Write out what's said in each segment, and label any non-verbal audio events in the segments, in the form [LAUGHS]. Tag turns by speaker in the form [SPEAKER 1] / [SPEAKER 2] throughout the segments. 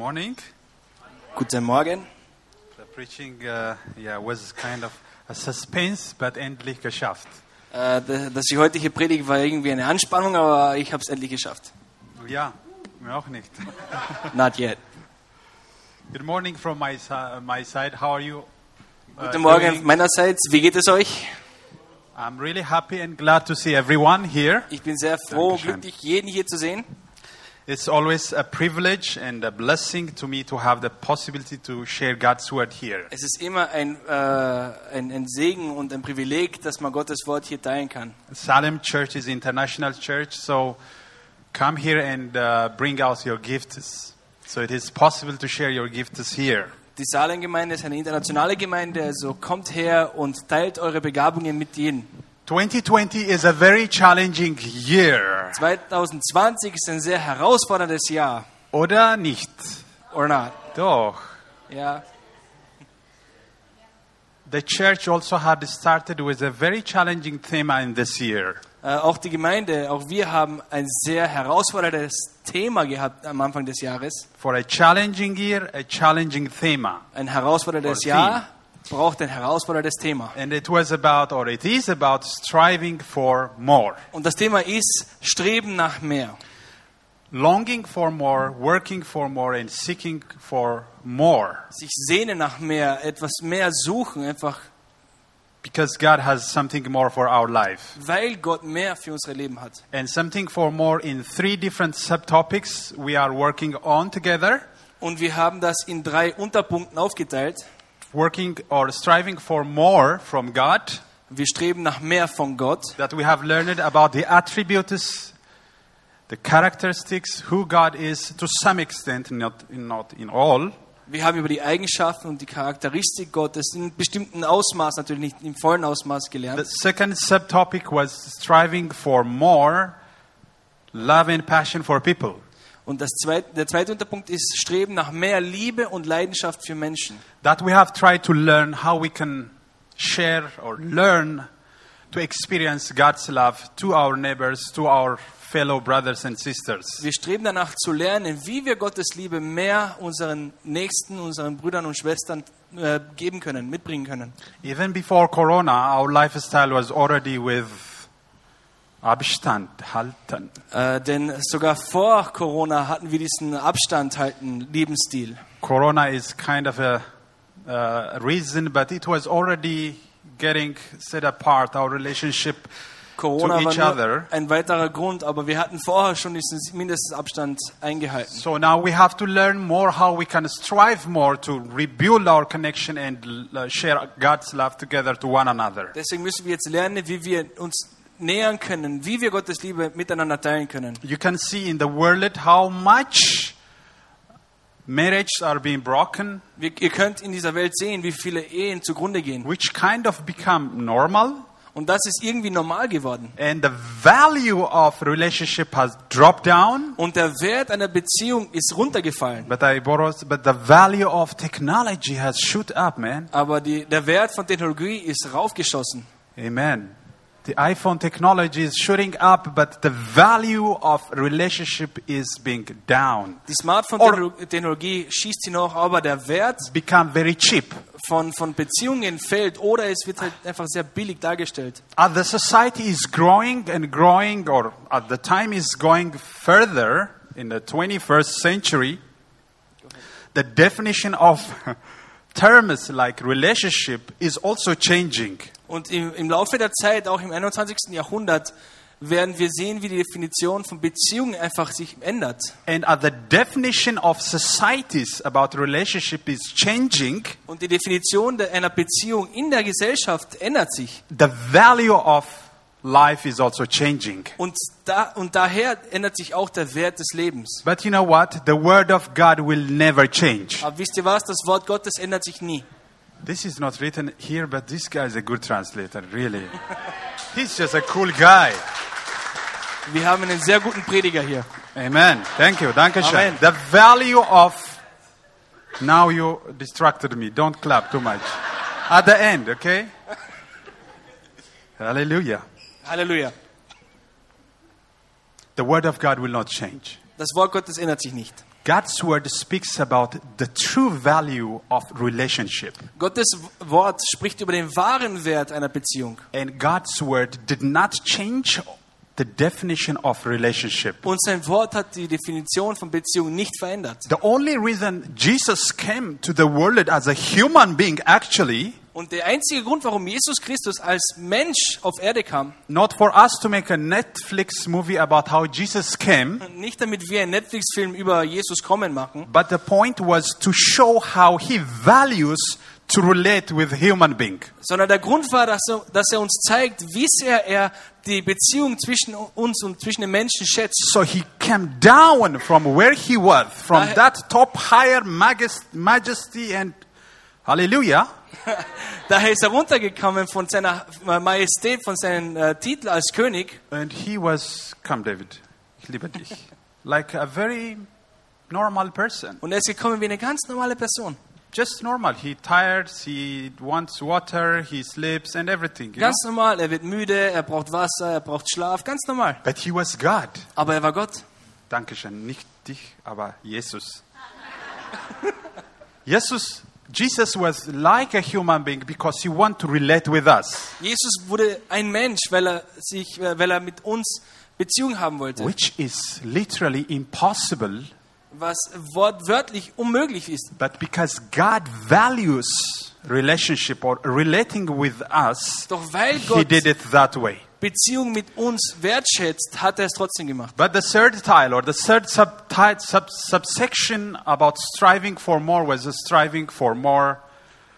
[SPEAKER 1] morning.
[SPEAKER 2] Guten Morgen.
[SPEAKER 1] The preaching, uh, yeah, was kind of a suspense, but endlich geschafft.
[SPEAKER 2] Äh, d- Dass die heutige Predigt war irgendwie eine Anspannung, aber ich habe es endlich geschafft.
[SPEAKER 1] Ja, mir auch nicht.
[SPEAKER 2] Not yet.
[SPEAKER 1] Good morning from my, si- my side. How are you? uh,
[SPEAKER 2] Guten Morgen
[SPEAKER 1] doing?
[SPEAKER 2] meinerseits. Wie geht es euch?
[SPEAKER 1] I'm really happy and glad to see everyone here.
[SPEAKER 2] Ich bin sehr froh,
[SPEAKER 1] Dankeschön.
[SPEAKER 2] glücklich, jeden hier zu sehen.
[SPEAKER 1] It's always a privilege and a blessing to me to have the possibility to share God's word here.
[SPEAKER 2] Es ist immer ein, äh, ein, ein Segen und ein Privileg, dass man Gottes Wort hier teilen kann.
[SPEAKER 1] Salem Church is international church, so come here and uh, bring out your gifts. So it is possible to share your gifts here.
[SPEAKER 2] Die Saarland-Gemeinde ist eine internationale Gemeinde, also kommt her und teilt eure Begabungen mit jedem.
[SPEAKER 1] 2020 is a very challenging year,
[SPEAKER 2] 2020 ist ein sehr herausforderndes Jahr.
[SPEAKER 1] oder nicht?
[SPEAKER 2] Or not?
[SPEAKER 1] Doch.
[SPEAKER 2] Ja.
[SPEAKER 1] The church also had started with a very challenging theme in this year.
[SPEAKER 2] Äh, auch die Gemeinde, auch wir haben ein sehr herausforderndes Thema gehabt am Anfang des Jahres.
[SPEAKER 1] For a challenging year, a challenging theme.
[SPEAKER 2] Ein herausforderndes
[SPEAKER 1] Voll
[SPEAKER 2] Jahr braucht ein herausforderndes Thema.
[SPEAKER 1] And it was about, or it is about, striving for more.
[SPEAKER 2] Und das Thema ist Streben nach mehr.
[SPEAKER 1] Longing for more, working for more, and seeking for more.
[SPEAKER 2] Sich sehnen nach mehr, etwas mehr suchen, einfach
[SPEAKER 1] Because God has something more for our life.
[SPEAKER 2] weil Gott mehr für unsere Leben hat.
[SPEAKER 1] And something for more in three different subtopics we are working on together.
[SPEAKER 2] Und wir haben das in drei Unterpunkten aufgeteilt.
[SPEAKER 1] working or striving for more from God
[SPEAKER 2] Wir streben nach mehr von Gott.
[SPEAKER 1] that we have learned about the attributes, the characteristics, who God is to some extent, not in, not in all,
[SPEAKER 2] Wir haben über die Eigenschaften und die Charakteristik Gottes in bestimmten Ausmaß, natürlich nicht im vollen Ausmaß gelernt.
[SPEAKER 1] The second subtopic was striving for more love and passion for people.
[SPEAKER 2] Und das zweite, der zweite Unterpunkt ist Streben nach mehr Liebe und Leidenschaft für Menschen.
[SPEAKER 1] That we have tried to learn how we can share or learn to experience God's love to our neighbors, to our fellow brothers and sisters.
[SPEAKER 2] Wir streben danach zu lernen, wie wir Gottes Liebe mehr unseren Nächsten, unseren Brüdern und Schwestern äh, geben können, mitbringen können.
[SPEAKER 1] Even before Corona, our lifestyle was already with Abstand, halten.
[SPEAKER 2] Äh, denn sogar vor Corona hatten wir diesen Abstand halten Lebensstil.
[SPEAKER 1] Corona is kind of a uh, reason, but it was already getting set apart our relationship
[SPEAKER 2] Corona
[SPEAKER 1] to each
[SPEAKER 2] war nur
[SPEAKER 1] other.
[SPEAKER 2] ein weiterer Grund, aber wir hatten vorher schon diesen Mindestabstand eingehalten.
[SPEAKER 1] So now we have to learn more how we can strive more to rebuild our connection and uh, share God's love together to one another.
[SPEAKER 2] Deswegen müssen wir jetzt lernen, wie wir uns nähern können, wie wir Gottes Liebe miteinander teilen können.
[SPEAKER 1] You can see in the world how much marriages are being broken,
[SPEAKER 2] Wir, ihr könnt in dieser Welt sehen, wie viele Ehen zugrunde gehen.
[SPEAKER 1] which kind of become normal.
[SPEAKER 2] Und das ist irgendwie normal geworden.
[SPEAKER 1] and the value of relationship has dropped down
[SPEAKER 2] Und der Wert einer Beziehung ist runtergefallen.
[SPEAKER 1] but i borrow but the value of technology has shoot up man
[SPEAKER 2] Aber die, der Wert von Technologie ist raufgeschossen.
[SPEAKER 1] amen the iphone technology is shooting up but the value of relationship is being down
[SPEAKER 2] Die Smartphone-Technologie schießt sie noch, aber der Wert
[SPEAKER 1] become very cheap
[SPEAKER 2] von, von Beziehungen fällt oder es wird halt einfach sehr billig dargestellt.
[SPEAKER 1] as Uh, the society is growing and growing or at the time is going further in the 21st century the definition of [LAUGHS] terms like relationship is also changing
[SPEAKER 2] Und im, im Laufe der Zeit, auch im 21. Jahrhundert, werden wir sehen, wie die Definition von Beziehungen einfach sich ändert.
[SPEAKER 1] and as the definition of societies about relationship is changing
[SPEAKER 2] Und die Definition der, einer Beziehung in der Gesellschaft ändert sich.
[SPEAKER 1] the value of life is also changing
[SPEAKER 2] Und, da, und daher ändert sich auch der Wert des Lebens.
[SPEAKER 1] but you know what the word of god will never change
[SPEAKER 2] Aber wisst ihr was? Das Wort Gottes ändert sich nie.
[SPEAKER 1] this is not written here but this guy is a good translator really [LAUGHS] he's just a cool guy
[SPEAKER 2] Wir haben einen sehr guten Prediger hier.
[SPEAKER 1] amen thank you danke
[SPEAKER 2] Amen.
[SPEAKER 1] schön the value of now you distracted me don't clap too much at the end okay hallelujah
[SPEAKER 2] Halleluja.
[SPEAKER 1] The word of God will not change.
[SPEAKER 2] Das Wort Gottes ändert sich nicht.
[SPEAKER 1] God's word speaks about the true value of relationship.
[SPEAKER 2] Gottes Wort spricht über den wahren Wert einer Beziehung.
[SPEAKER 1] And God's word did not change the definition of relationship.
[SPEAKER 2] Und sein Wort hat die Definition von Beziehung nicht verändert.
[SPEAKER 1] The only reason Jesus came to the world as a human being, actually,
[SPEAKER 2] Und der einzige Grund, warum Jesus Christus als Mensch auf Erde kam,
[SPEAKER 1] not for us to make a Netflix movie about how Jesus came,
[SPEAKER 2] nicht damit wir einen Netflix-Film über Jesus kommen machen,
[SPEAKER 1] but the point was to show how he values to relate with human being.
[SPEAKER 2] sondern der Grund war, dass er, dass er uns zeigt, wie sehr er die Beziehung zwischen uns und zwischen den Menschen schätzt.
[SPEAKER 1] So he came down from where he was, from
[SPEAKER 2] Daher-
[SPEAKER 1] that top higher majes- majesty and hallelujah,
[SPEAKER 2] Daher ist er runtergekommen von seiner äh, Majestät, von seinem äh, Titel als König.
[SPEAKER 1] and he was, come David, ich liebe dich, [LAUGHS] like a very normal person,
[SPEAKER 2] Und er ist gekommen wie eine ganz normale Person.
[SPEAKER 1] just normal. He tired, he wants water, he sleeps and everything. you
[SPEAKER 2] Ganz
[SPEAKER 1] know?
[SPEAKER 2] normal. Er wird müde, er braucht Wasser, er braucht Schlaf. Ganz normal.
[SPEAKER 1] But he was God.
[SPEAKER 2] Aber er war Gott.
[SPEAKER 1] Dankeschön, nicht dich, aber Jesus. Jesus, Jesus was like a human being because he wanted to relate with us.
[SPEAKER 2] Jesus wurde ein Mensch, weil er, sich, äh, weil er mit uns Beziehung haben wollte.
[SPEAKER 1] which is literally impossible,
[SPEAKER 2] Was wortwörtlich unmöglich ist.
[SPEAKER 1] but because God values relationship or relating with us,
[SPEAKER 2] Doch weil
[SPEAKER 1] He
[SPEAKER 2] Gott
[SPEAKER 1] did it that way.
[SPEAKER 2] Beziehung mit uns wertschätzt, hat er es trotzdem gemacht.
[SPEAKER 1] But the third tile or the third sub, sub, subsection about striving for more was a striving for more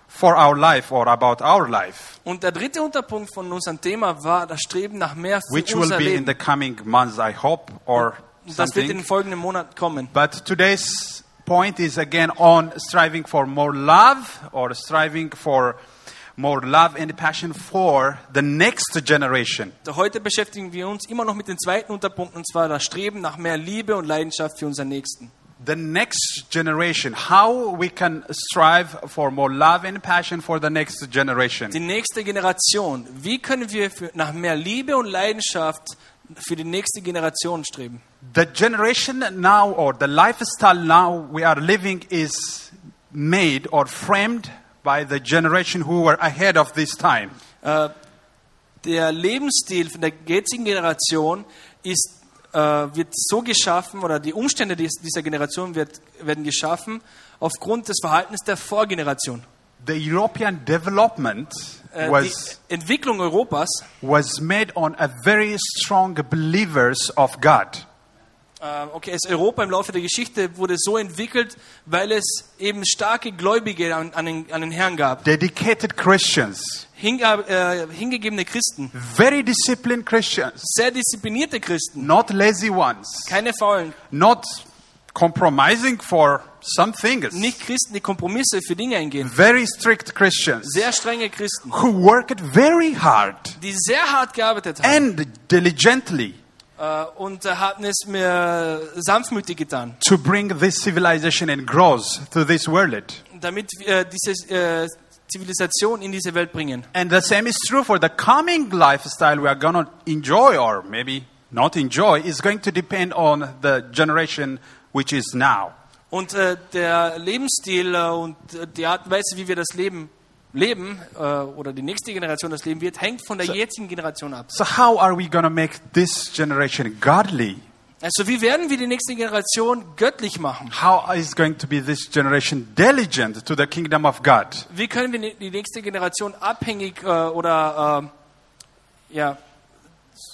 [SPEAKER 1] for our life or about our life,
[SPEAKER 2] Und der dritte Unterpunkt von unserem Thema war das Streben nach mehr für
[SPEAKER 1] which will
[SPEAKER 2] unser
[SPEAKER 1] be in
[SPEAKER 2] Leben.
[SPEAKER 1] the coming months, I hope, or
[SPEAKER 2] Und das wird
[SPEAKER 1] something.
[SPEAKER 2] in den folgenden Monaten kommen.
[SPEAKER 1] But today's point is again on striving for more love or striving for more love and passion for the next generation.
[SPEAKER 2] Doch Heute beschäftigen wir uns immer noch mit dem zweiten Unterpunkt, und zwar das Streben nach mehr Liebe und Leidenschaft für unseren Nächsten.
[SPEAKER 1] The next generation, how we can strive for more love and passion for the next generation.
[SPEAKER 2] Die nächste Generation. Wie können wir für, nach mehr Liebe und Leidenschaft für die nächste Generation streben?
[SPEAKER 1] The generation now or the lifestyle now we are living is made or framed by the generation who were ahead of this time.
[SPEAKER 2] Äh, der Lebensstil von der jetzigen Generation ist, äh, wird so geschaffen, oder die Umstände dies- dieser Generation wird, werden geschaffen, aufgrund des Verhaltens der Vorgeneration.
[SPEAKER 1] The European development
[SPEAKER 2] Äh,
[SPEAKER 1] was
[SPEAKER 2] die Entwicklung Europas
[SPEAKER 1] was made on a very strong believers of God.
[SPEAKER 2] Äh, Okay, es Europa im Laufe der Geschichte wurde so entwickelt, weil es eben starke Gläubige an, an, den, an den Herrn gab.
[SPEAKER 1] Dedicated Christians,
[SPEAKER 2] Hingab, äh, hingegebene Christen,
[SPEAKER 1] very disciplined Christians,
[SPEAKER 2] sehr disziplinierte Christen,
[SPEAKER 1] not lazy ones,
[SPEAKER 2] keine Faulen,
[SPEAKER 1] not compromising for some things,
[SPEAKER 2] nicht Christen, die Kompromisse für Dinge eingehen,
[SPEAKER 1] very strict Christians
[SPEAKER 2] sehr strenge Christen,
[SPEAKER 1] who worked very hard
[SPEAKER 2] die sehr hart gearbeitet haben
[SPEAKER 1] and diligently
[SPEAKER 2] äh, und äh, haben es mir sanftmütig getan,
[SPEAKER 1] to bring this civilization and growth to this world.
[SPEAKER 2] damit wir diese äh, Zivilisation in diese Welt bringen.
[SPEAKER 1] And the same is true for the coming lifestyle we are going to enjoy or maybe not enjoy is going to depend on the generation which is now.
[SPEAKER 2] Und äh, der Lebensstil äh, und äh, die Art und Weise, wie wir das Leben leben äh, oder die nächste Generation das Leben wird, hängt von der jetzigen Generation ab.
[SPEAKER 1] So how are we going to make this generation godly?
[SPEAKER 2] Also wie werden wir die nächste Generation göttlich machen?
[SPEAKER 1] How is going to be this generation diligent to the kingdom of God?
[SPEAKER 2] Wie können wir die nächste Generation abhängig äh, oder äh, ja,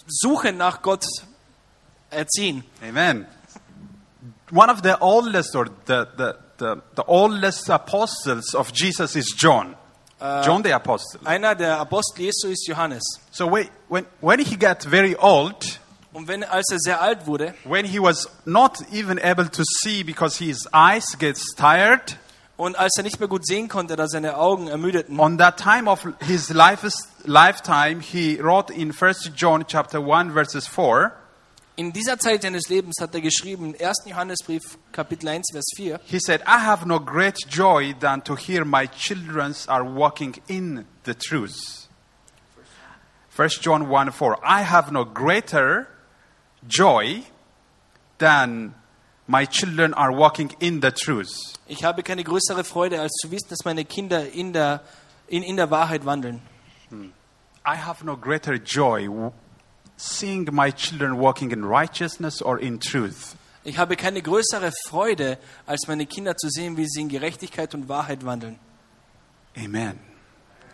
[SPEAKER 2] Suche nach Gott erziehen?
[SPEAKER 1] Amen. One of the oldest or the, the, the, the oldest apostles of Jesus is John. John the apostle.
[SPEAKER 2] Einer der Apostel Jesu ist Johannes.
[SPEAKER 1] So when, when, when he got very old,
[SPEAKER 2] Und wenn, als er sehr alt wurde
[SPEAKER 1] when he was not even able to see because his eyes gets tired
[SPEAKER 2] und als er nicht mehr gut sehen konnte, da seine Augen ermüdeten,
[SPEAKER 1] on that time of his life, lifetime he wrote in 1 john chapter 1 verses 4
[SPEAKER 2] In dieser Zeit seines Lebens hat er geschrieben, im 1. Johannesbrief, Kapitel 1, Vers 4,
[SPEAKER 1] he said i have no great joy than to hear my children are walking in the truth 1 john 1 4 i have no greater joy than my children are walking in the truth.
[SPEAKER 2] Ich habe keine größere Freude, als zu wissen, dass meine Kinder in der, in, in der Wahrheit wandeln.
[SPEAKER 1] I have no greater joy w- seeing my children walking in righteousness or in truth.
[SPEAKER 2] Ich habe keine größere Freude, als meine Kinder zu sehen, wie sie in Gerechtigkeit und Wahrheit wandeln.
[SPEAKER 1] Amen.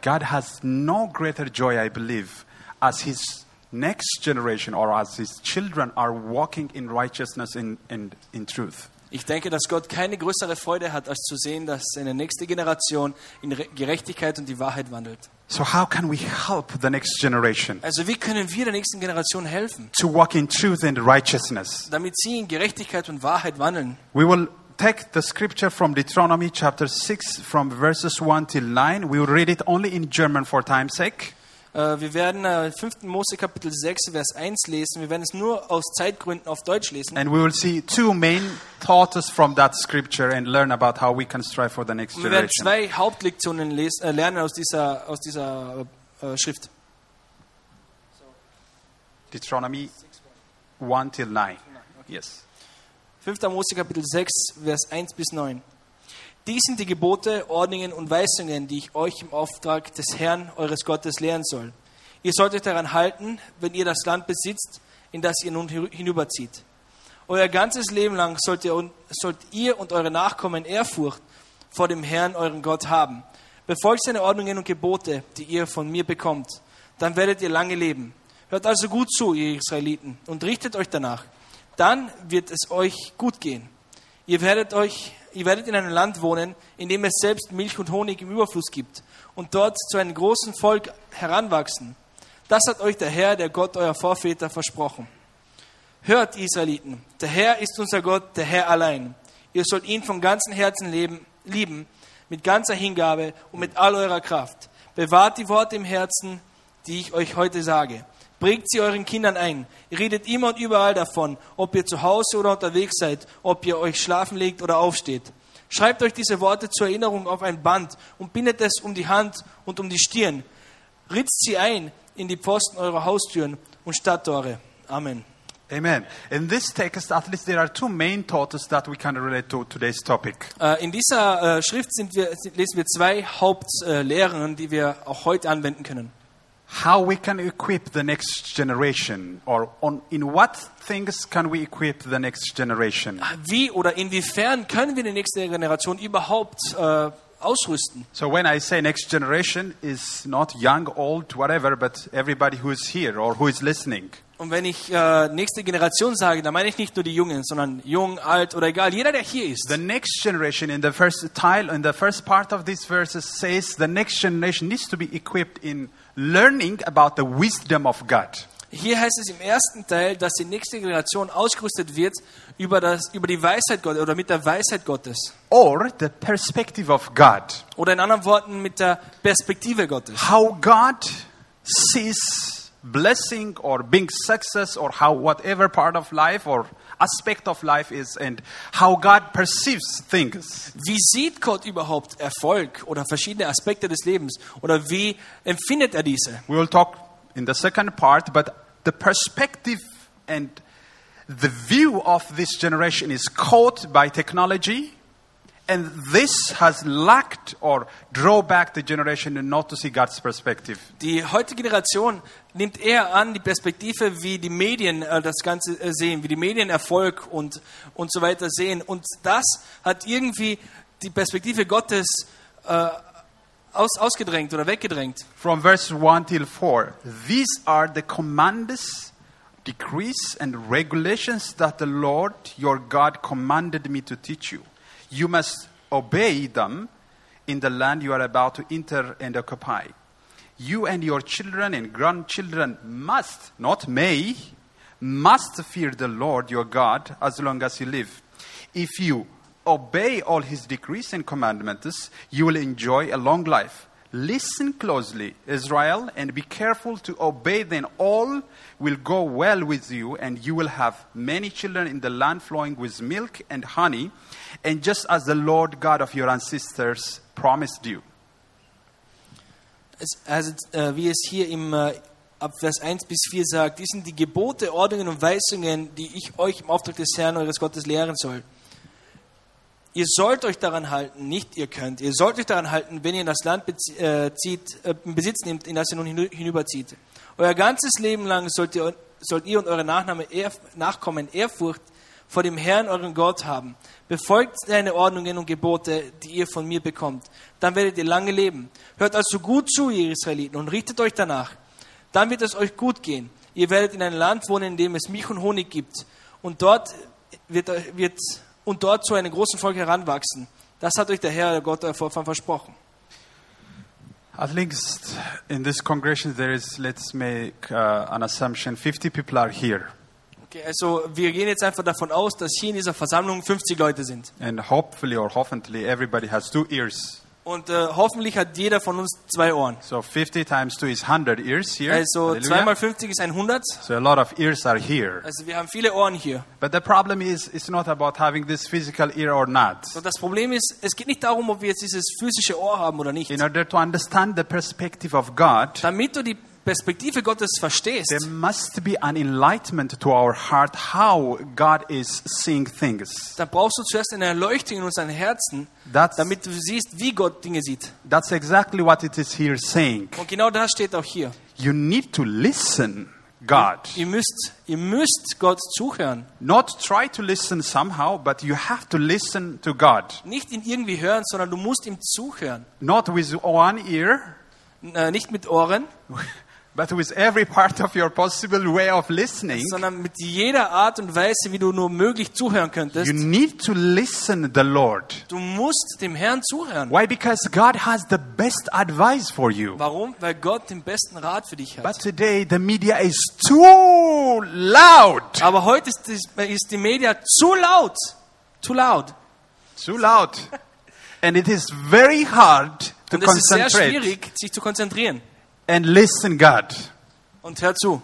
[SPEAKER 1] God has no greater joy, I believe, as his next generation or as his children are walking in righteousness and in, in, truth.
[SPEAKER 2] Ich denke, dass Gott keine größere Freude hat, als zu sehen, dass seine nächste Generation in Re Gerechtigkeit und die Wahrheit wandelt.
[SPEAKER 1] So, how can we help the next generation
[SPEAKER 2] Also wie können wir der nächsten Generation helfen,
[SPEAKER 1] to walk in truth and righteousness?
[SPEAKER 2] damit sie in Gerechtigkeit und Wahrheit wandeln?
[SPEAKER 1] We will take the scripture from Deuteronomy chapter 6, from verses 1 till 9. We will read it only in German for time's sake.
[SPEAKER 2] Äh, Wir werden äh, 5. Mose Kapitel 6, Vers 1 lesen. Wir werden es nur aus Zeitgründen auf Deutsch lesen.
[SPEAKER 1] And we will see two main thoughts from that scripture and learn about how we can strive for the next
[SPEAKER 2] Und wir werden
[SPEAKER 1] generation.
[SPEAKER 2] zwei Hauptlektionen lesen, äh, lernen aus dieser, aus dieser äh, Schrift.
[SPEAKER 1] Deuteronomy 1 till 9. Yes.
[SPEAKER 2] 5. Mose Kapitel 6, Vers 1 bis 9. Dies sind die Gebote, Ordnungen und Weisungen, die ich euch im Auftrag des Herrn, eures Gottes, lehren soll. Ihr sollt euch daran halten, wenn ihr das Land besitzt, in das ihr nun hinü- hinüberzieht. Euer ganzes Leben lang sollt ihr, und, sollt ihr und eure Nachkommen Ehrfurcht vor dem Herrn, euren Gott, haben. Befolgt seine Ordnungen und Gebote, die ihr von mir bekommt. Dann werdet ihr lange leben. Hört also gut zu, ihr Israeliten, und richtet euch danach. Dann wird es euch gut gehen. Ihr werdet, euch, ihr werdet in einem Land wohnen, in dem es selbst Milch und Honig im Überfluss gibt, und dort zu einem großen Volk heranwachsen. Das hat euch der Herr, der Gott eurer Vorväter, versprochen. Hört, Israeliten, der Herr ist unser Gott, der Herr allein. Ihr sollt ihn von ganzem Herzen leben, lieben, mit ganzer Hingabe und mit all eurer Kraft. Bewahrt die Worte im Herzen, die ich euch heute sage. Bringt sie euren Kindern ein. Redet immer und überall davon, ob ihr zu Hause oder unterwegs seid, ob ihr euch schlafen legt oder aufsteht. Schreibt euch diese Worte zur Erinnerung auf ein Band und bindet es um die Hand und um die Stirn. Ritzt sie ein in die Pfosten eurer Haustüren und Stadttore. Amen.
[SPEAKER 1] Amen. In this text, at least there are two main thoughts that we can relate to today's topic.
[SPEAKER 2] Äh, In dieser äh, Schrift sind wir, sind- lesen wir zwei Hauptlehren, die wir auch heute anwenden können.
[SPEAKER 1] How we can equip the next generation, or on, in what things can we equip the next generation?
[SPEAKER 2] Wie oder inwiefern können wir die nächste Generation überhaupt äh, ausrüsten?
[SPEAKER 1] So when I say next generation, is not young, old, whatever, but everybody who is here or who is listening.
[SPEAKER 2] Und wenn ich äh, nächste Generation sage, dann meine ich nicht nur die Jungen, sondern jung, alt oder egal, jeder, der hier ist.
[SPEAKER 1] The next generation in the first tile, in the first part of these verses says the next generation needs to be equipped in learning about the wisdom of God.
[SPEAKER 2] Hier heißt es im ersten Teil, dass die nächste Generation ausgerüstet wird über, das, über die Weisheit Gottes oder mit der Weisheit Gottes.
[SPEAKER 1] or the perspective of God.
[SPEAKER 2] Oder in anderen Worten mit der Perspektive Gottes.
[SPEAKER 1] How God sees blessing or being success or how whatever part of life or aspect of life is and how God perceives things.
[SPEAKER 2] Wie sieht Gott überhaupt Erfolg oder verschiedene Aspekte des Lebens? Oder wie empfindet er diese?
[SPEAKER 1] We will talk in the second part, but the perspective and the view of this generation is caught by technology. And this has lacked or draw back the generation and not to see God's perspective.
[SPEAKER 2] Die heutige Generation nimmt eher an die Perspektive, wie die Medien äh, das Ganze äh, sehen, wie die Medien Erfolg und, und so weiter sehen. Und das hat irgendwie die Perspektive Gottes äh, aus, ausgedrängt oder weggedrängt.
[SPEAKER 1] from verse 1 till 4 these are the commandments decrees and regulations that the lord your god commanded me to teach you you must obey them in the land you are about to enter and occupy you and your children and grandchildren must not may must fear the lord your god as long as you live if you obey all his decrees and commandments, you will enjoy a long life. Listen closely, Israel, and be careful to obey, then all will go well with you, and you will have many children in the land flowing with milk and honey, and just as the Lord God of your ancestors promised you.
[SPEAKER 2] Es, also, äh, wie es hier im äh, ab Vers 1 bis 4 sagt, dies sind die Gebote, Ordnungen und Weisungen, die ich euch im Auftrag des Herrn eures Gottes lehren soll. Ihr sollt euch daran halten, nicht ihr könnt. Ihr sollt euch daran halten, wenn ihr in das Land bezie- äh, zieht, äh, in Besitz nehmt, in das ihr nun hinü- hinüberzieht. Euer ganzes Leben lang sollt ihr, sollt ihr und eure Nachname Ehr, Nachkommen Ehrfurcht vor dem Herrn, euren Gott, haben. Befolgt seine Ordnungen und Gebote, die ihr von mir bekommt. Dann werdet ihr lange leben. Hört also gut zu, ihr Israeliten, und richtet euch danach. Dann wird es euch gut gehen. Ihr werdet in einem Land wohnen, in dem es Milch und Honig gibt. Und dort wird, wird und dort zu einem großen Volk heranwachsen. Das hat euch der Herr, der Gott, euer Vorfahren versprochen.
[SPEAKER 1] At least in this congregation, there is, let's make uh, an assumption, 50 people are here.
[SPEAKER 2] Okay, also wir gehen jetzt einfach davon aus, dass hier in dieser Versammlung 50 Leute sind.
[SPEAKER 1] And hopefully or hopefully, everybody has two ears.
[SPEAKER 2] Und äh, hoffentlich hat jeder von uns zwei Ohren.
[SPEAKER 1] So 50 times 2 is 100 ears here.
[SPEAKER 2] Also
[SPEAKER 1] Hallelujah.
[SPEAKER 2] 2 mal 50 ist 100.
[SPEAKER 1] So a lot of ears are here.
[SPEAKER 2] Also wir haben viele Ohren hier.
[SPEAKER 1] But the problem is, it's not about having this physical ear or not.
[SPEAKER 2] Und das Problem ist, es geht nicht darum, ob wir jetzt dieses physische Ohr haben oder nicht.
[SPEAKER 1] In order to understand the perspective of God,
[SPEAKER 2] Damit du die Perspektive Gottes verstehst,
[SPEAKER 1] there must be an enlightenment to our heart how God is seeing things.
[SPEAKER 2] dann brauchst du zuerst eine Erleuchtung in unseren Herzen,
[SPEAKER 1] That's,
[SPEAKER 2] damit du siehst, wie Gott Dinge sieht.
[SPEAKER 1] that's exactly what it is here saying.
[SPEAKER 2] Und genau das steht auch hier.
[SPEAKER 1] You need to listen God.
[SPEAKER 2] Ihr müsst, ihr müsst Gott zuhören.
[SPEAKER 1] Not try to listen somehow, but you have to listen to God.
[SPEAKER 2] Nicht ihn irgendwie hören, sondern du musst ihm zuhören.
[SPEAKER 1] Not with one ear,
[SPEAKER 2] N- Äh, nicht mit Ohren,
[SPEAKER 1] [LAUGHS] but with every part of your possible way of listening.
[SPEAKER 2] sondern mit jeder Art und Weise, wie du nur möglich zuhören könntest.
[SPEAKER 1] You need to listen the Lord.
[SPEAKER 2] Du musst dem Herrn zuhören.
[SPEAKER 1] Why? Because God has the best advice for you.
[SPEAKER 2] Warum? Weil Gott den besten Rat für dich
[SPEAKER 1] But
[SPEAKER 2] hat.
[SPEAKER 1] today the media is too loud.
[SPEAKER 2] Aber heute ist, das, ist die Media zu laut. Zu laut.
[SPEAKER 1] Too
[SPEAKER 2] [LAUGHS]
[SPEAKER 1] loud. And it is very hard to
[SPEAKER 2] Und es ist sehr
[SPEAKER 1] concentrate
[SPEAKER 2] schwierig, sich zu konzentrieren.
[SPEAKER 1] and listen God.
[SPEAKER 2] Und hör zu.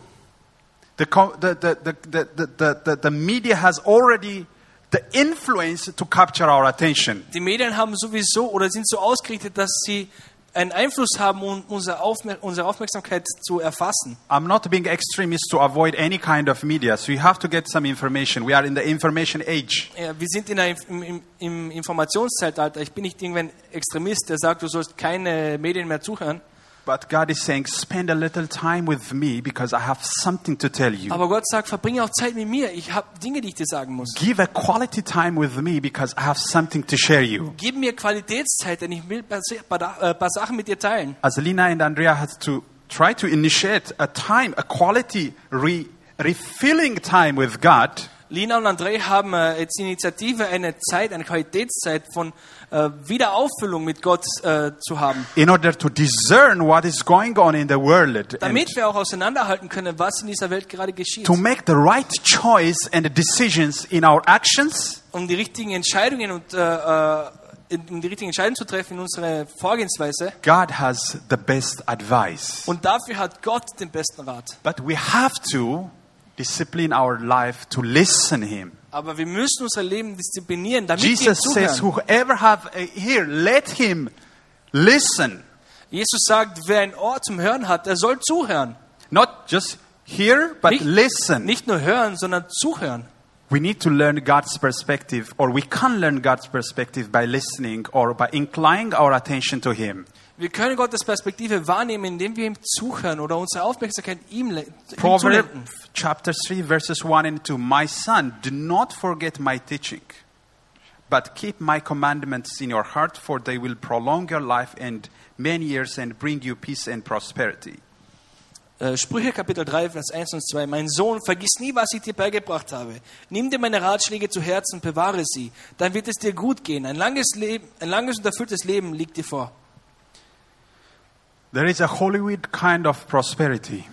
[SPEAKER 1] The, co- the, the, the, the, the, the, the, the media has already the influence to capture our attention.
[SPEAKER 2] Die Medien haben sowieso oder sind so ausgerichtet, dass sie einen Einfluss haben, um unsere, Aufmer unsere Aufmerksamkeit zu erfassen.
[SPEAKER 1] I'm not being extremist to avoid any kind of media, so you have to get some information. We are in the information age.
[SPEAKER 2] Ja, wir sind in der, im, im, im Informationszeitalter. Ich bin nicht irgendein Extremist, der sagt, du sollst keine Medien mehr zuhören.
[SPEAKER 1] But God is saying, spend a little time with me because I have something to tell you.
[SPEAKER 2] Aber Gott sagt, verbringe auch Zeit mit mir. Ich habe Dinge, die ich dir sagen muss.
[SPEAKER 1] Give a quality time with me because I have something to share you.
[SPEAKER 2] Gib mir Qualitätszeit, denn ich will ein paar, Sa- paar, äh, paar Sachen mit dir teilen.
[SPEAKER 1] As Lina and Andrea had to try to initiate a time, a quality re- refilling time with God,
[SPEAKER 2] Lina und André haben äh, jetzt Initiative, eine Zeit, eine Qualitätszeit von äh, Wiederauffüllung mit Gott äh, zu haben.
[SPEAKER 1] in order to discern what is going on in the world and
[SPEAKER 2] Damit wir auch auseinanderhalten können, was in dieser Welt gerade geschieht.
[SPEAKER 1] to make the right choice and decisions in our actions
[SPEAKER 2] Um die richtigen Entscheidungen und äh, äh, um die richtigen Entscheidungen zu treffen in unserer Vorgehensweise.
[SPEAKER 1] god has the best advice
[SPEAKER 2] Und dafür hat Gott den besten Rat.
[SPEAKER 1] but we have to discipline our life to listen him
[SPEAKER 2] Aber wir müssen unser Leben disziplinieren, damit wir
[SPEAKER 1] jesus says
[SPEAKER 2] zuhören.
[SPEAKER 1] whoever have a ear let him listen
[SPEAKER 2] Jesus sagt, wer ein Ohr zum Hören hat, der soll zuhören.
[SPEAKER 1] not just hear but
[SPEAKER 2] Nicht-
[SPEAKER 1] listen
[SPEAKER 2] Nicht nur hören, sondern zuhören.
[SPEAKER 1] we need to learn god's perspective or we can learn god's perspective by listening or by inclining our attention to him
[SPEAKER 2] Wir können Gottes Perspektive wahrnehmen, indem wir ihm zuhören oder unsere Aufmerksamkeit ihm, le- ihm zulenken.
[SPEAKER 1] Proverbs chapter 3, verses 1 and 2. My son, do not forget my teaching, but keep my commandments in your heart, for they will prolong your life and many years and bring you peace and prosperity.
[SPEAKER 2] Äh, Sprüche Kapitel 3, Vers 1 und 2. Mein Sohn, vergiss nie, was ich dir beigebracht habe. Nimm dir meine Ratschläge zu Herzen, bewahre sie. Dann wird es dir gut gehen. Ein langes, Leben, ein langes und erfülltes Leben liegt dir vor.
[SPEAKER 1] There is a Hollywood kind of prosperity.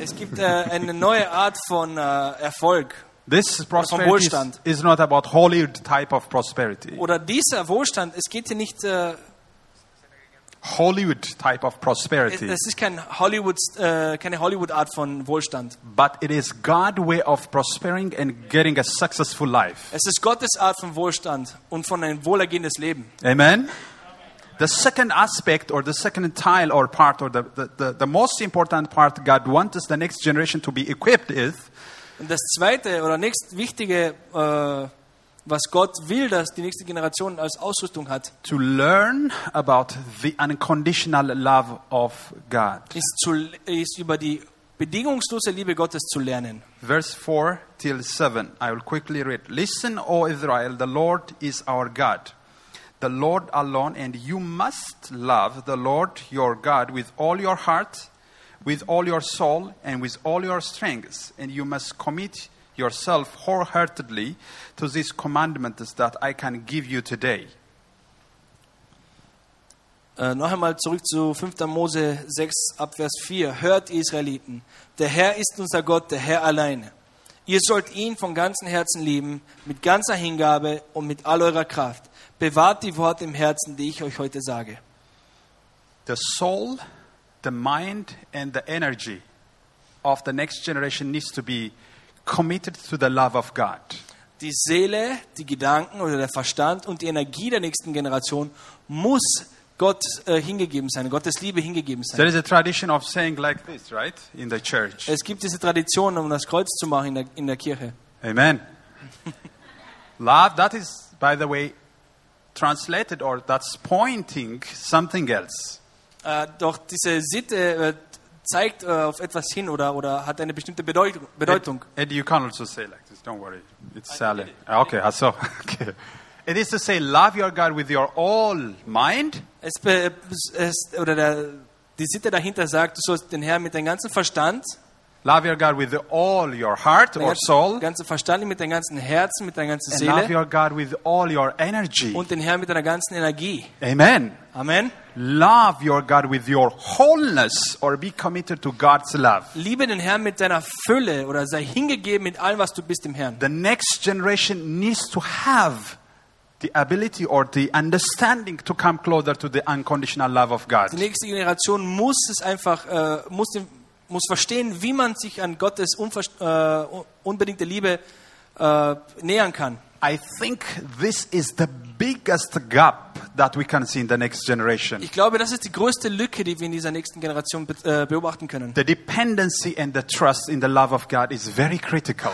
[SPEAKER 2] Es gibt äh, eine neue Art von äh, Erfolg.
[SPEAKER 1] This prosperity
[SPEAKER 2] Wohlstand.
[SPEAKER 1] is, is not about Hollywood type of prosperity.
[SPEAKER 2] Oder dieser Wohlstand, es geht hier nicht, äh,
[SPEAKER 1] Hollywood type of
[SPEAKER 2] es,
[SPEAKER 1] prosperity.
[SPEAKER 2] es ist kein Hollywood, äh, keine Hollywood-Art von Wohlstand.
[SPEAKER 1] But it is God's way of prospering and getting a successful life.
[SPEAKER 2] Es ist Gottes Art von Wohlstand und von ein wohlergehendes Leben.
[SPEAKER 1] Amen. The second aspect or the second tile or part or the, the, the, the most important part God wants the next generation to be equipped is
[SPEAKER 2] Und das zweite oder nächst wichtige, äh, was Gott will, dass die nächste Generation als Ausrüstung hat,
[SPEAKER 1] to learn about the unconditional love of God.
[SPEAKER 2] ist, zu, ist über die bedingungslose Liebe Gottes zu lernen.
[SPEAKER 1] Verse 4 till 7. I will quickly read. Listen, O Israel, the Lord is our God, the Lord alone, and you must love the Lord your God with all your heart, with all your soul, and with all your strength. And you must commit yourself wholeheartedly to these commandments that I can give you today.
[SPEAKER 2] Äh, noch einmal zurück zu 5. Mose 6, Abvers 4. Hört, Israeliten, der Herr ist unser Gott, der Herr alleine. Ihr sollt ihn von ganzem Herzen lieben, mit ganzer Hingabe und mit all eurer Kraft. Bewahrt die Worte im Herzen, die ich euch heute sage.
[SPEAKER 1] the soul, the mind, and the energy of the next generation needs to be committed to the love of God.
[SPEAKER 2] Die Seele, die Gedanken oder der Verstand und die Energie der nächsten Generation muss Gott äh, hingegeben sein, Gottes Liebe hingegeben
[SPEAKER 1] There is
[SPEAKER 2] sein.
[SPEAKER 1] a tradition of saying like this, right? In the church.
[SPEAKER 2] Es gibt diese Tradition, um das Kreuz zu machen in der, in der Kirche.
[SPEAKER 1] Amen. love, that is, by the way, translated or that's pointing something else.
[SPEAKER 2] Äh, doch diese Sitte äh, zeigt äh, auf etwas hin oder, oder hat eine bestimmte Bedeutung.
[SPEAKER 1] And,
[SPEAKER 2] Bedeutung.
[SPEAKER 1] and you can also say like this, don't worry. It's Sally. Ah, Okay, I saw. [LAUGHS] okay. It is to say, love your God with your all mind,
[SPEAKER 2] Es, be- es, oder der, die Sitte dahinter sagt, du sollst den Herrn mit deinem ganzen Verstand,
[SPEAKER 1] Love your God with all your heart
[SPEAKER 2] deinem
[SPEAKER 1] or
[SPEAKER 2] ganzen-
[SPEAKER 1] soul,
[SPEAKER 2] ganzen Verstand, mit deinem ganzen Herzen, mit deiner ganzen
[SPEAKER 1] and love
[SPEAKER 2] Seele
[SPEAKER 1] your God with all your energy.
[SPEAKER 2] und den Herrn mit deiner ganzen Energie.
[SPEAKER 1] Amen.
[SPEAKER 2] Amen.
[SPEAKER 1] Love your God with your wholeness or be committed to God's love.
[SPEAKER 2] Liebe den Herrn mit deiner Fülle oder sei hingegeben mit allem, was du bist im Herrn.
[SPEAKER 1] The next generation needs to have the ability or the understanding to come closer to the unconditional love of God.
[SPEAKER 2] Die nächste Generation muss es einfach, äh, muss, den- muss verstehen, wie man sich an Gottes unver- äh, un- unbedingte Liebe äh, nähern kann.
[SPEAKER 1] I think this is the biggest gap that we can see in the next generation.
[SPEAKER 2] Ich glaube, das ist die größte Lücke, die wir in dieser nächsten Generation be äh, beobachten können.
[SPEAKER 1] The dependency and the trust in the love of God is very critical.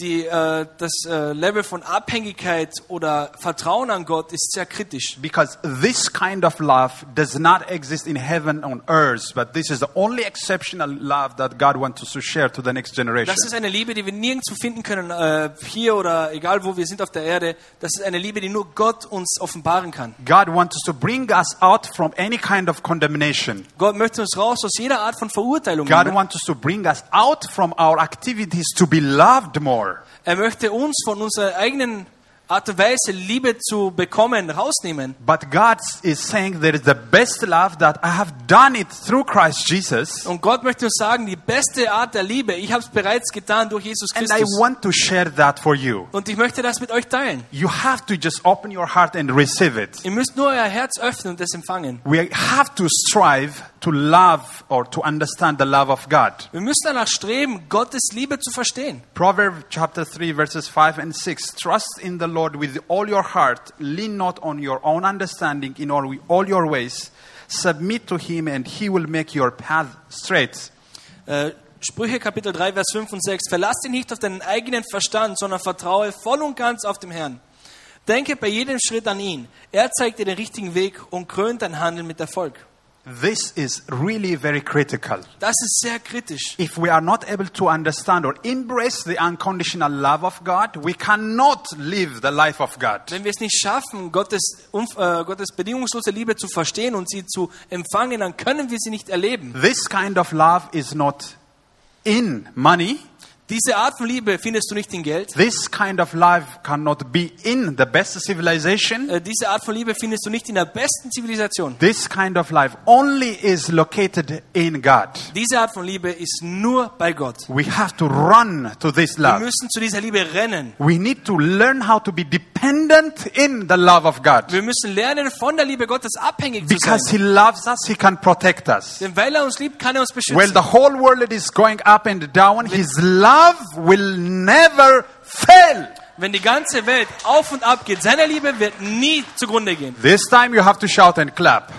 [SPEAKER 2] Die, äh, das äh, Level von Abhängigkeit oder Vertrauen an Gott ist sehr kritisch.
[SPEAKER 1] Because this kind of love does not exist in heaven on earth, but this is the only exceptional love that God wants to share to the next generation.
[SPEAKER 2] Das ist eine Liebe, die wir nirgendwo finden können, äh, hier oder egal wo wir sind auf der Erde. Das ist eine Liebe, die nur Gott uns offenbaren kann.
[SPEAKER 1] God wants to bring us out from any kind of condemnation.
[SPEAKER 2] Gott möchte uns raus aus jeder Art von Verurteilung.
[SPEAKER 1] God
[SPEAKER 2] nehmen.
[SPEAKER 1] wants us to bring us out from our activities to be loved more.
[SPEAKER 2] Er möchte uns von unserer eigenen Art und Weise, Liebe zu bekommen, rausnehmen.
[SPEAKER 1] But God is saying there is the best love that I have done it through Christ Jesus,
[SPEAKER 2] Und Gott möchte uns sagen, die beste Art der Liebe, ich habe es bereits getan durch Jesus
[SPEAKER 1] and I
[SPEAKER 2] Christus.
[SPEAKER 1] want to share that for you.
[SPEAKER 2] Und ich möchte das mit euch teilen.
[SPEAKER 1] You have to just open your heart and receive it.
[SPEAKER 2] Ihr müsst nur euer Herz öffnen und es empfangen.
[SPEAKER 1] We have to strive to love or to understand the love of God.
[SPEAKER 2] Wir müssen danach streben, Gottes Liebe zu verstehen.
[SPEAKER 1] Proverbs chapter 3, verses 5 and 6. Trust in the Lord with all your heart. Lean not on your own understanding in all, all your ways. Submit to him, and he will make your path straight.
[SPEAKER 2] Äh, Sprüche Kapitel 3, Vers 5 und 6. Verlass dich nicht auf deinen eigenen Verstand, sondern vertraue voll und ganz auf dem Herrn. Denke bei jedem Schritt an ihn. Er zeigt dir den richtigen Weg und krönt dein Handeln mit Erfolg.
[SPEAKER 1] This is really very critical.
[SPEAKER 2] Das ist sehr kritisch.
[SPEAKER 1] If we are not able to understand or embrace the unconditional love of God, we cannot live the life of God.
[SPEAKER 2] Wenn wir es nicht schaffen, Gottes, unf- äh, Gottes bedingungslose Liebe zu verstehen und sie zu empfangen, dann können wir sie nicht erleben.
[SPEAKER 1] This kind of love is not in money.
[SPEAKER 2] Diese Art von Liebe findest du nicht in Geld.
[SPEAKER 1] This kind of life cannot be in the best civilization.
[SPEAKER 2] Äh, diese Art von Liebe findest du nicht in der besten Zivilisation.
[SPEAKER 1] This kind of life only is located in God.
[SPEAKER 2] Diese Art von Liebe ist nur bei Gott.
[SPEAKER 1] We have to run to this
[SPEAKER 2] Wir
[SPEAKER 1] love.
[SPEAKER 2] müssen zu dieser Liebe rennen.
[SPEAKER 1] We need to learn how to be dependent in the love of God.
[SPEAKER 2] Wir müssen lernen, von der Liebe Gottes abhängig zu sein.
[SPEAKER 1] Because He loves us, He can protect us.
[SPEAKER 2] Denn weil er uns liebt, kann er uns
[SPEAKER 1] When
[SPEAKER 2] beschützen.
[SPEAKER 1] the whole world is going up and down, His love will never fail.
[SPEAKER 2] Wenn die ganze Welt auf und ab geht, seine Liebe wird nie zugrunde gehen.
[SPEAKER 1] This time you have to shout and clap.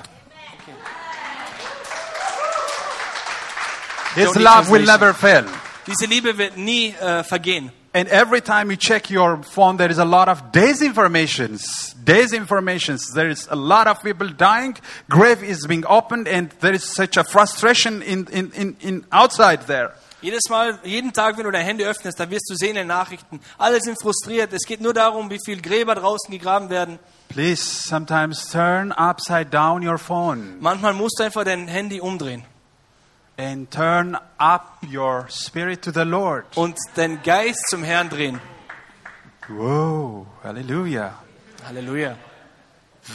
[SPEAKER 1] His
[SPEAKER 2] Don't need
[SPEAKER 1] love will
[SPEAKER 2] translation.
[SPEAKER 1] never fail.
[SPEAKER 2] Diese Liebe wird nie äh, vergehen.
[SPEAKER 1] And every time you check your phone, there is a lot of disinformations. Disinformations. There is a lot of people dying. Grave is being opened, and there is such a frustration in, in, in, in outside there.
[SPEAKER 2] Jedes Mal, jeden Tag, wenn du dein Handy öffnest, da wirst du sehen in den Nachrichten. Alle sind frustriert. Es geht nur darum, wie viel Gräber draußen gegraben werden.
[SPEAKER 1] Please, sometimes turn upside down your phone
[SPEAKER 2] Manchmal musst du einfach dein Handy umdrehen
[SPEAKER 1] and turn up your spirit to the Lord.
[SPEAKER 2] und deinen Geist zum Herrn drehen.
[SPEAKER 1] Whoa, hallelujah.
[SPEAKER 2] Halleluja.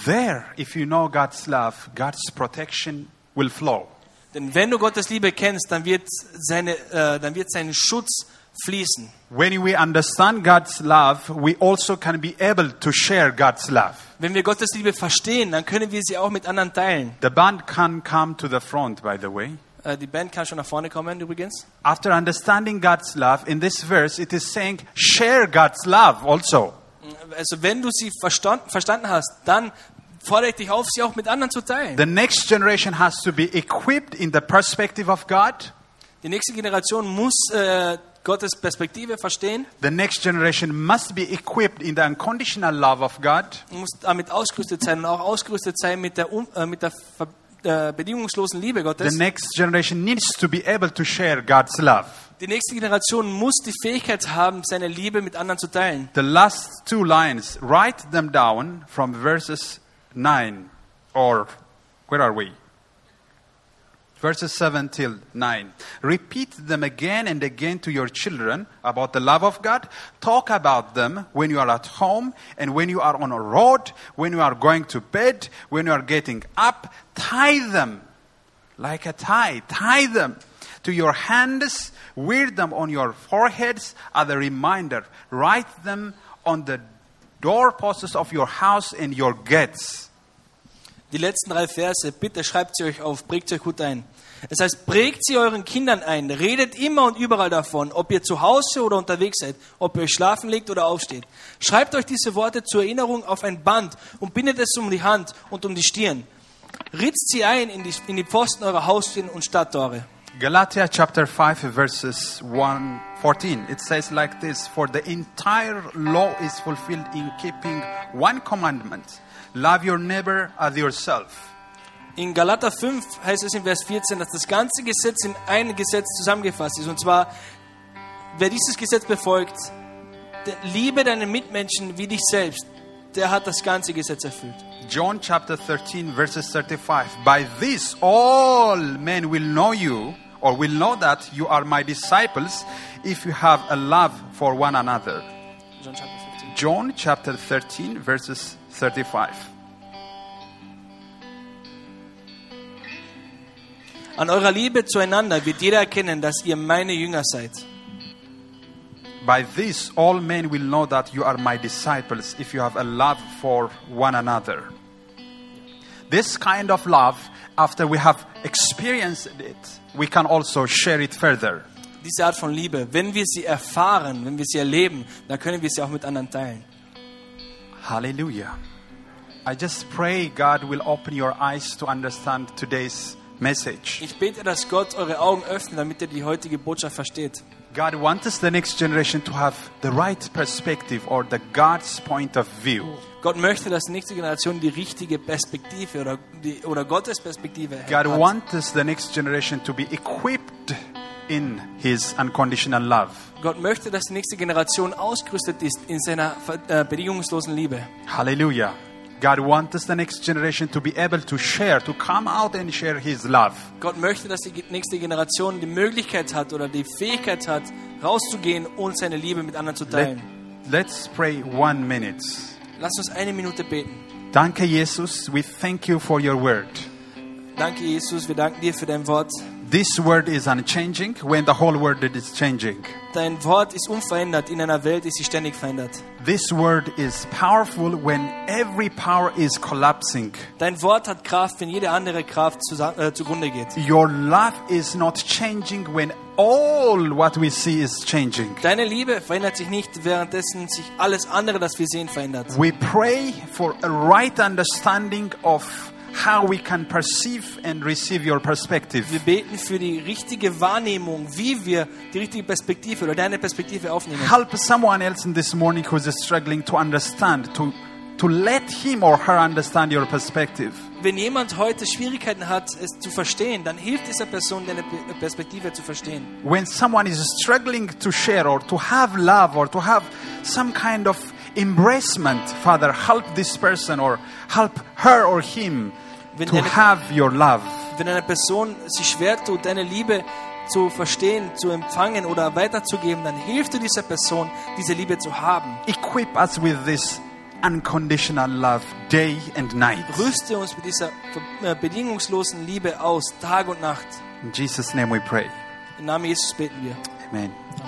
[SPEAKER 1] There, if you know God's love, God's protection will flow.
[SPEAKER 2] Denn wenn du Gottes Liebe kennst, dann wird, seine, äh, dann wird sein Schutz fließen.
[SPEAKER 1] When we understand God's love, we also can be able to share God's love.
[SPEAKER 2] Wenn wir Gottes Liebe verstehen, dann können wir sie auch mit anderen teilen.
[SPEAKER 1] The band can come to the front, by the way.
[SPEAKER 2] Äh, die Band kann schon nach vorne kommen übrigens.
[SPEAKER 1] After understanding God's love, in this verse, it is saying, share God's love also.
[SPEAKER 2] Also wenn du sie verstanden, verstanden hast, dann fordere ich dich auf, sie auch mit anderen zu teilen.
[SPEAKER 1] The next generation has to be equipped in the perspective of God.
[SPEAKER 2] Die nächste Generation muss äh, Gottes Perspektive verstehen
[SPEAKER 1] The next generation must be equipped in the unconditional love of God.
[SPEAKER 2] und muss damit ausgerüstet sein und auch ausgerüstet sein mit der, um, äh, mit der ver, äh, bedingungslosen Liebe
[SPEAKER 1] The
[SPEAKER 2] Gottes.
[SPEAKER 1] next generation needs to be able to share God's love.
[SPEAKER 2] Die nächste Generation muss die Fähigkeit haben, seine Liebe mit anderen zu teilen.
[SPEAKER 1] The last two lines, write them down from verses 9 or where are we? Verses 7 till 9. Repeat them again and again to your children about the love of God. Talk about them when you are at home and when you are on a road, when you are going to bed, when you are getting up. Tie them like a tie. Tie them to your hands, wear them on your foreheads as a reminder. Write them on the doorposts of your house and your gates.
[SPEAKER 2] Die letzten drei Verse, bitte schreibt sie euch auf, prägt sie euch gut ein. Es heißt, prägt sie euren Kindern ein, redet immer und überall davon, ob ihr zu Hause oder unterwegs seid, ob ihr euch schlafen legt oder aufsteht. Schreibt euch diese Worte zur Erinnerung auf ein Band und bindet es um die Hand und um die Stirn. Ritzt sie ein in die, in die Pfosten eurer Haustüren und Stadttore.
[SPEAKER 1] Galatia chapter 5 verses 1 14 it says like this for the entire law is fulfilled in keeping one commandment love your neighbor as yourself
[SPEAKER 2] In Galater 5 heißt es in Vers 14, dass das ganze Gesetz in ein Gesetz zusammengefasst ist. Und zwar, wer dieses Gesetz befolgt, der liebe deinen Mitmenschen wie dich selbst, der hat das ganze Gesetz erfüllt.
[SPEAKER 1] John chapter 13, verses 35. By this all men will know you, or will know that you are my disciples, if you have a love for one another.
[SPEAKER 2] John chapter 15.
[SPEAKER 1] John chapter 13, verses 35.
[SPEAKER 2] An eurer Liebe zueinander wird jeder erkennen, dass ihr meine Jünger seid.
[SPEAKER 1] By this all men will know that you are my disciples, if you have a love for one another. This kind of love, after we have experienced it, we can also share it further.
[SPEAKER 2] Diese Art von Liebe, wenn wir sie erfahren, wenn wir sie erleben, dann können wir sie auch mit anderen teilen.
[SPEAKER 1] Hallelujah. I just pray God will open your eyes to understand today's message.
[SPEAKER 2] Ich bete, dass Gott eure Augen öffnet, damit ihr die heutige Botschaft versteht.
[SPEAKER 1] God wants us, the next generation, to have the right perspective or the God's point of view.
[SPEAKER 2] Gott möchte, dass die nächste Generation die richtige Perspektive oder, die, oder Gottes Perspektive
[SPEAKER 1] God
[SPEAKER 2] hat.
[SPEAKER 1] wants us, the next generation, to be equipped in His unconditional love.
[SPEAKER 2] Gott möchte, dass die nächste Generation ausgerüstet ist in seiner äh, bedingungslosen Liebe.
[SPEAKER 1] Hallelujah. God wants us, the next generation, to be able to share, to come out and share His love.
[SPEAKER 2] Gott möchte, dass die ge- nächste Generation die Möglichkeit hat oder die Fähigkeit hat, rauszugehen und seine Liebe mit anderen zu
[SPEAKER 1] Let,
[SPEAKER 2] teilen.
[SPEAKER 1] let's pray one minute.
[SPEAKER 2] Lass uns eine Minute beten.
[SPEAKER 1] Danke, Jesus. We thank you for your word.
[SPEAKER 2] Danke, Jesus. Wir danken dir für dein Wort.
[SPEAKER 1] This word is unchanging when the whole world is changing.
[SPEAKER 2] Dein Wort ist unverändert in einer Welt, die sich ständig verändert.
[SPEAKER 1] This word is powerful when every power is collapsing.
[SPEAKER 2] Dein Wort hat Kraft, wenn jede andere Kraft zusa- äh, zugrunde geht.
[SPEAKER 1] Your love is not changing when all what we see is changing.
[SPEAKER 2] Deine Liebe verändert sich nicht, währenddessen sich alles andere, das wir sehen, verändert.
[SPEAKER 1] We pray for a right understanding of how we can perceive and receive your
[SPEAKER 2] Wir
[SPEAKER 1] perspective.
[SPEAKER 2] beten für die richtige Wahrnehmung, wie wir die richtige Perspektive oder deine Perspektive aufnehmen.
[SPEAKER 1] Help someone else in this morning who's struggling to understand, to, to let him or her understand your perspective.
[SPEAKER 2] Wenn jemand heute Schwierigkeiten hat, es zu verstehen, dann hilft dieser Person, deine Pe- Perspektive zu verstehen.
[SPEAKER 1] When someone is struggling to share or to have love or to have some kind of embracement, Father, help this person or help her or him
[SPEAKER 2] Wenn
[SPEAKER 1] to
[SPEAKER 2] eine-
[SPEAKER 1] have your love.
[SPEAKER 2] Wenn eine Person sich schwer tut, deine Liebe zu verstehen, zu empfangen oder weiterzugeben, dann hilfst du dieser Person, diese Liebe zu haben.
[SPEAKER 1] Equip us with this unconditional love day and night.
[SPEAKER 2] Rüste uns mit dieser äh, bedingungslosen Liebe aus, Tag und Nacht.
[SPEAKER 1] In Jesus' name we pray.
[SPEAKER 2] Im Namen Jesus beten wir.
[SPEAKER 1] Amen.